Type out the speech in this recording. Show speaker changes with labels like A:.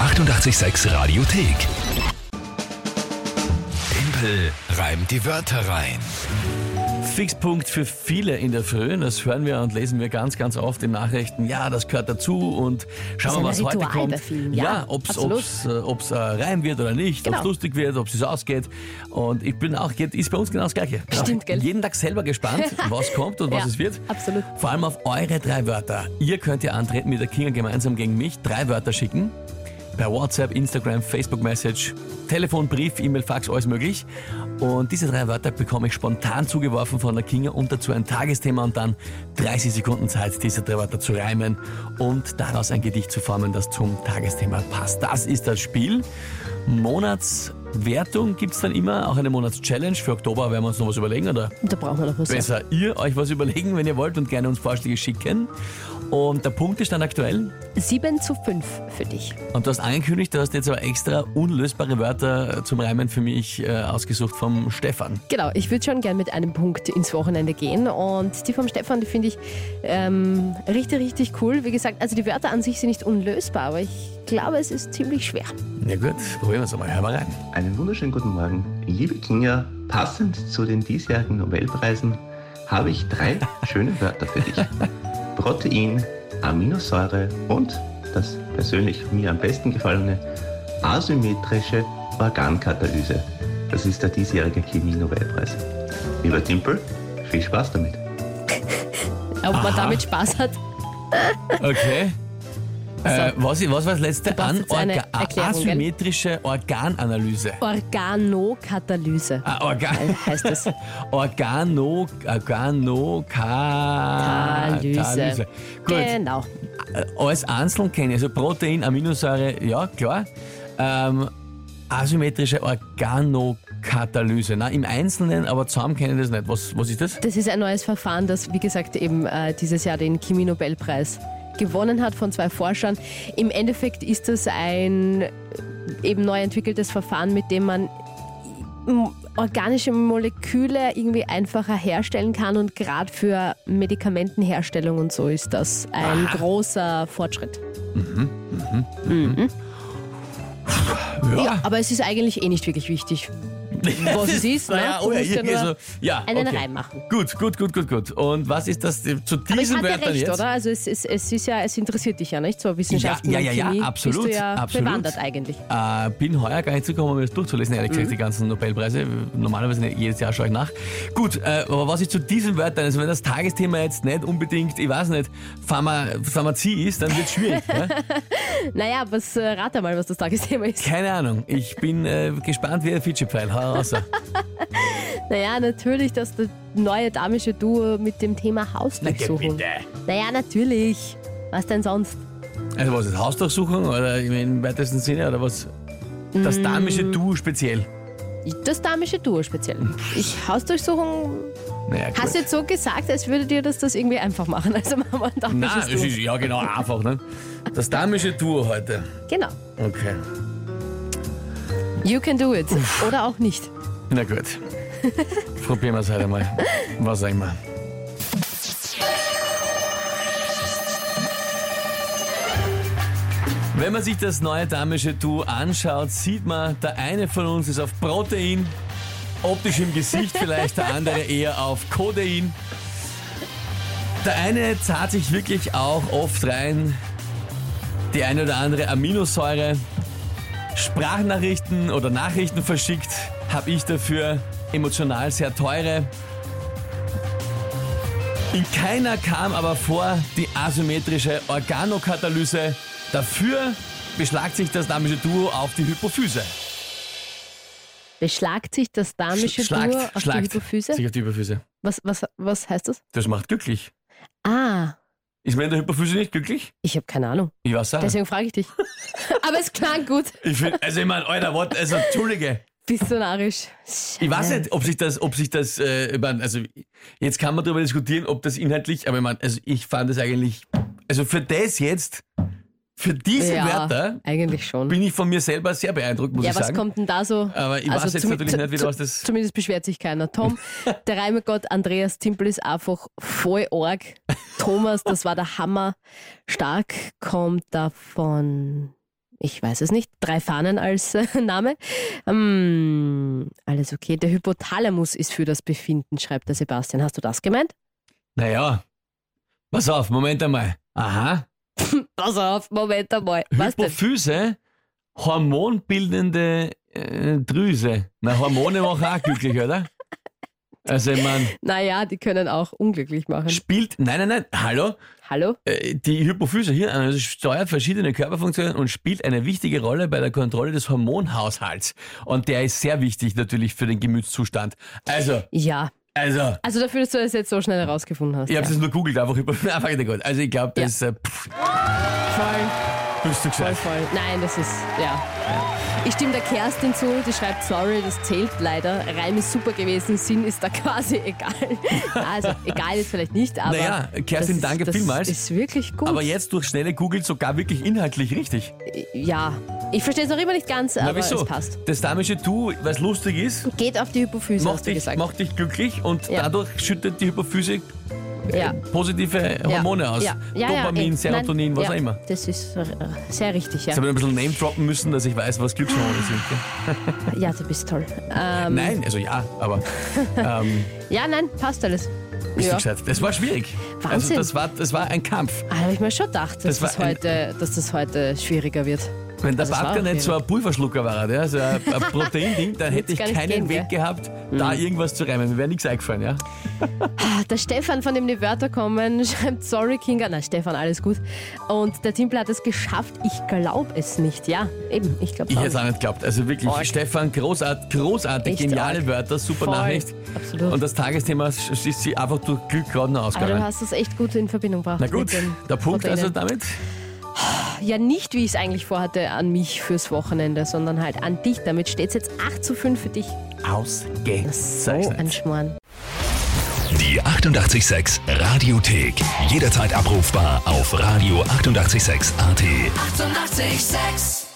A: 886 Radiothek. Tempel reimt die Wörter rein.
B: Fixpunkt für viele in der Früh. Das hören wir und lesen wir ganz, ganz oft in Nachrichten. Ja, das gehört dazu und schauen
C: Das
B: wir,
C: ist ein
B: was heute
C: Ritual bei
B: kommt.
C: vielen, ja,
B: ja, ob es
C: absolut.
B: ob's, äh, ob's, äh, rein wird oder nicht,
C: Genau.
B: ob es lustig wird, ob es ausgeht. Und ich bin auch, geht- ist bei uns genau das Gleiche.
C: Stimmt, gell?
B: Jeden Tag selber gespannt, was kommt und was
C: Ja,
B: es wird.
C: absolut.
B: Vor allem auf eure drei Wörter. Ihr könnt ja antreten mit der Kinga gemeinsam gegen mich. Drei Wörter schicken. Per WhatsApp, Instagram, Facebook-Message, Telefon, Brief, E-Mail, Fax, alles möglich. Und diese drei Wörter bekomme ich spontan zugeworfen von der Kinga und dazu ein Tagesthema und dann 30 Sekunden Zeit, diese drei Wörter zu reimen und daraus ein Gedicht zu formen, das zum Tagesthema passt. Das ist das Spiel. Monatswertung gibt es dann immer, auch eine Monatschallenge. Für Oktober werden wir uns noch was überlegen, oder?
C: Und da brauchen wir noch was.
B: besser ihr euch was überlegen, wenn ihr wollt und gerne uns Vorschläge schicken. Und der Punkt ist dann aktuell.
C: 7 zu 5 für dich.
B: Und du hast angekündigt, du hast jetzt aber extra unlösbare Wörter zum Reimen für mich äh, ausgesucht vom Stefan.
C: Genau, ich würde schon gern mit einem Punkt ins Wochenende gehen. Und die vom Stefan, die finde ich ähm, richtig, richtig cool. Wie gesagt, also die Wörter an sich sind nicht unlösbar, aber ich glaube, es ist ziemlich schwer.
B: Ja gut, probieren wir es mal. Hör mal rein.
D: Einen wunderschönen guten Morgen. Liebe Kinga, passend zu den diesjährigen Nobelpreisen habe ich drei schöne Wörter für dich. Protein, Aminosäure und das persönlich mir am besten gefallene asymmetrische Organkatalyse. Das ist der diesjährige Chemie-Nobelpreis. Lieber Timpel, viel Spaß damit.
C: Ob man
B: Aha.
C: damit Spaß hat,
B: Okay. Äh, was, was war das letzte?
C: brauchst jetzt eine Erklärung, gell?
B: asymmetrische Organanalyse.
C: Organokatalyse
B: Ah, Organ.
C: heißt es.
B: Organo, Organokatalyse.
C: Katalyse.
B: Gut.
C: Genau.
B: Äh, alles einzeln kenne. Also Protein, Aminosäure, ja, klar. Ähm, asymmetrische Organokatalyse. Na, Im Einzelnen, aber zusammen kenne ich das nicht. Was, was ist das?
C: Das ist ein neues Verfahren, das, wie gesagt, eben äh, dieses Jahr den Chemie-Nobelpreis gewonnen hat von zwei Forschern. Im Endeffekt ist das ein äh, eben neu entwickeltes Verfahren, mit dem man m- organische Moleküle irgendwie einfacher herstellen kann und gerade für Medikamentenherstellung und so ist das ein großer Fortschritt. Ja. aber es ist eigentlich eh nicht wirklich wichtig. was es ist, ne?
B: naja,
C: Du
B: oder
C: musst ja
B: irgendwie
C: nur
B: so, oh also, ja,
C: einen
B: okay.
C: Reim machen.
B: Gut, gut, gut, gut, gut. Und was ist das äh, zu
C: Aber ich
B: diesen
C: hatte
B: Wörtern
C: recht,
B: jetzt?
C: oder? Also es, es, es ist ja, es interessiert dich ja nicht, so Wissenschaften
B: Ja, ja, ja, ja,
C: und Chemie.
B: absolut,
C: Bist du ja
B: absolut.
C: bewandert eigentlich.
B: Äh, bin heuer gar nicht zugekommen, um das durchzulesen, ehrlich
C: Mhm.
B: gesagt, die ganzen Nobelpreise. Normalerweise nicht, jedes Jahr schaue ich nach. Gut, äh, aber was ich zu diesen Wörtern, also wenn das Tagesthema jetzt nicht unbedingt, ich weiß nicht, Pharma, Pharmazie ist, dann wird es schwierig. ne?
C: Naja, was äh, rate mal, was das Tagesthema ist.
B: Keine Ahnung. Ich bin äh, gespannt wie ein Fidschi-Pfeil. Hau raus.
C: Naja, natürlich das d- neue damische Duo mit dem Thema Hausdurchsuchung. Naja, natürlich. Was denn sonst?
B: Also was ist Hausdurchsuchung oder im weitesten Sinne oder was?
C: Mm.
B: Das damische Du speziell.
C: Das damische Duo speziell. Ich, Hausdurchsuchung
B: Naja, gut.
C: hast du jetzt so gesagt, als würde dir das das irgendwie einfach machen. Also machen wir ein
B: Nein,
C: damisches
B: es ist
C: Duo.
B: ja genau einfach, ne? Das damische Duo heute.
C: Genau.
B: Okay.
C: You can do it. Oder auch nicht.
B: Na gut. Probieren wir es heute mal. Was sagen wir? Wenn man sich das neue damische Du anschaut, sieht man, der eine von uns ist auf Protein, optisch im Gesicht vielleicht, der andere eher auf Codein. Der eine zahlt sich wirklich auch oft rein, die eine oder andere Aminosäure. Sprachnachrichten oder Nachrichten verschickt, habe ich dafür emotional sehr teure. In keiner kam aber vor die asymmetrische Organokatalyse. Dafür beschlagt sich das damische Duo auf die Hypophyse.
C: Beschlagt sich das damische
B: Sch- schlagt,
C: Duo auf
B: schlagt
C: die Hypophyse?
B: Sich auf die Hypophyse.
C: Was, was, was heißt das?
B: Das macht glücklich.
C: Ah,
B: Ist man in der Hypophyse nicht glücklich?
C: ich habe keine Ahnung.
B: Ich weiß auch.
C: Deswegen frage ich dich. Aber es klang gut.
B: Ich find, also ich meine, alter, what, also entschuldige.
C: Bist du narrisch?
B: Ich weiß nicht, ob sich das, ob sich das, äh, ich mein, also jetzt kann man darüber diskutieren, ob das inhaltlich, aber ich meine, also ich fand das eigentlich, also für das jetzt, für diese
C: ja,
B: Wörter
C: Eigentlich schon.
B: bin ich von mir selber sehr beeindruckt, muss
C: ja,
B: ich
C: was
B: sagen.
C: kommt denn da so?
B: Aber ich weiß jetzt
C: zumi-
B: natürlich nicht, wie
C: zu-
B: du aus das-
C: Zumindest beschwert sich keiner. Tom, der Reimegott Andreas Timpel ist einfach voll arg. Thomas, das war der Hammer. Stark kommt davon. ich weiß es nicht, drei Fahnen als äh, Name. Ähm, alles okay. Der Hypothalamus ist für das Befinden, schreibt der Sebastian. Hast du das gemeint?
B: Naja, pass auf, Moment einmal. Aha.
C: Pass auf, Moment einmal. Was denn?
B: Hypophyse, hormonbildende äh, Drüse. Na, Hormone machen auch glücklich, oder? Also, ich meine,
C: Naja, die können auch unglücklich machen.
B: spielt, nein, nein, nein, hallo,
C: Hallo?
B: äh, die Hypophyse hier also steuert verschiedene Körperfunktionen und spielt eine wichtige Rolle bei der Kontrolle des Hormonhaushalts. Und der ist sehr wichtig natürlich für den Gemütszustand. Also,
C: Ja.
B: also,
C: Also dafür, dass du das jetzt so schnell herausgefunden hast.
B: ich hab's
C: ja.
B: jetzt nur googelt, einfach über, einfach nicht gut. Also, ich glaube, das äh, pff,
C: voll,
B: bist du
C: voll,
B: gescheit.
C: voll. Nein, das ist, ja. Ich stimme der Kerstin zu, die schreibt, sorry, das zählt leider. Reim ist super gewesen, Sinn ist da quasi egal. Also egal ist vielleicht nicht, aber.
B: Naja, Kerstin,
C: das ist,
B: danke
C: das
B: vielmals.
C: ist wirklich gut.
B: Aber jetzt durch schnelle Google sogar wirklich inhaltlich richtig.
C: Ja, ich verstehe es noch immer nicht ganz,
B: Na,
C: aber
B: wieso?
C: es passt.
B: Das damische Du, was lustig ist,
C: Geht auf die Hypophyse, hast
B: macht
C: du
B: dich,
C: gesagt.
B: macht dich glücklich und
C: Ja.
B: dadurch schüttet die Hypophyse
C: ja.
B: positive Hormone aus.
C: Ja. Ja, ja,
B: Dopamin,
C: eh.
B: Serotonin,
C: Nein,
B: was
C: ja.
B: auch immer.
C: Das ist äh, sehr
B: Jetzt
C: richtig, ja.
B: habe ich ein bisschen Name droppen müssen, dass ich weiß, was Glückshormone sind. Gell?
C: Ja, du bist toll. Ähm,
B: Nein, also ja, aber
C: ja, nein, passt alles.
B: bist
C: Ja.
B: du gescheit. Das war schwierig. Also
C: Wahnsinn.
B: das war, das war ein Kampf.
C: Ah, Habe ich mir schon gedacht, dass
B: Das war
C: das,
B: ein-
C: heute, dass das heute schwieriger wird.
B: Wenn der
C: Also Das war
B: Bartker
C: auch
B: nicht so ein Pulverschlucker war, ja, so ein, ein Proteinding, dann hätte ich
C: gar nicht
B: keinen
C: gehen, Mhm.
B: Weg gehabt, da irgendwas zu reimen. Mir wäre nichts eingefallen, ja.
C: Ah, Der Stefan, von dem die Wörter kommen, schreibt Sorry Kinga. Na, Stefan, alles gut. Und der Timpler hat es geschafft. Ich glaube es nicht. Ja, eben, ich glaube
B: Ich hätte
C: es
B: es auch nicht geglaubt. Also wirklich, Stefan, großartig, großartig
C: Echt
B: geniale
C: arg.
B: Wörter, super
C: Voll.
B: Nachricht.
C: Absolut.
B: Und das Tagesthema ist ist sie einfach durch Glück gerade noch
C: Aber du
B: ausgegangen.
C: hast es echt gut in Verbindung gebracht.
B: Na gut,
C: mit den
B: der Punkt also
C: Proteinen.
B: damit.
C: Ja, nicht wie ich es eigentlich vorhatte, an mich fürs Wochenende, sondern halt an dich. Damit steht es jetzt 8 zu 5 für dich. So ein
B: Ausgezeichnet.
C: Schmarrn.
A: Die 886 Radiothek. Jederzeit abrufbar auf radio886.at. 886!
E: 886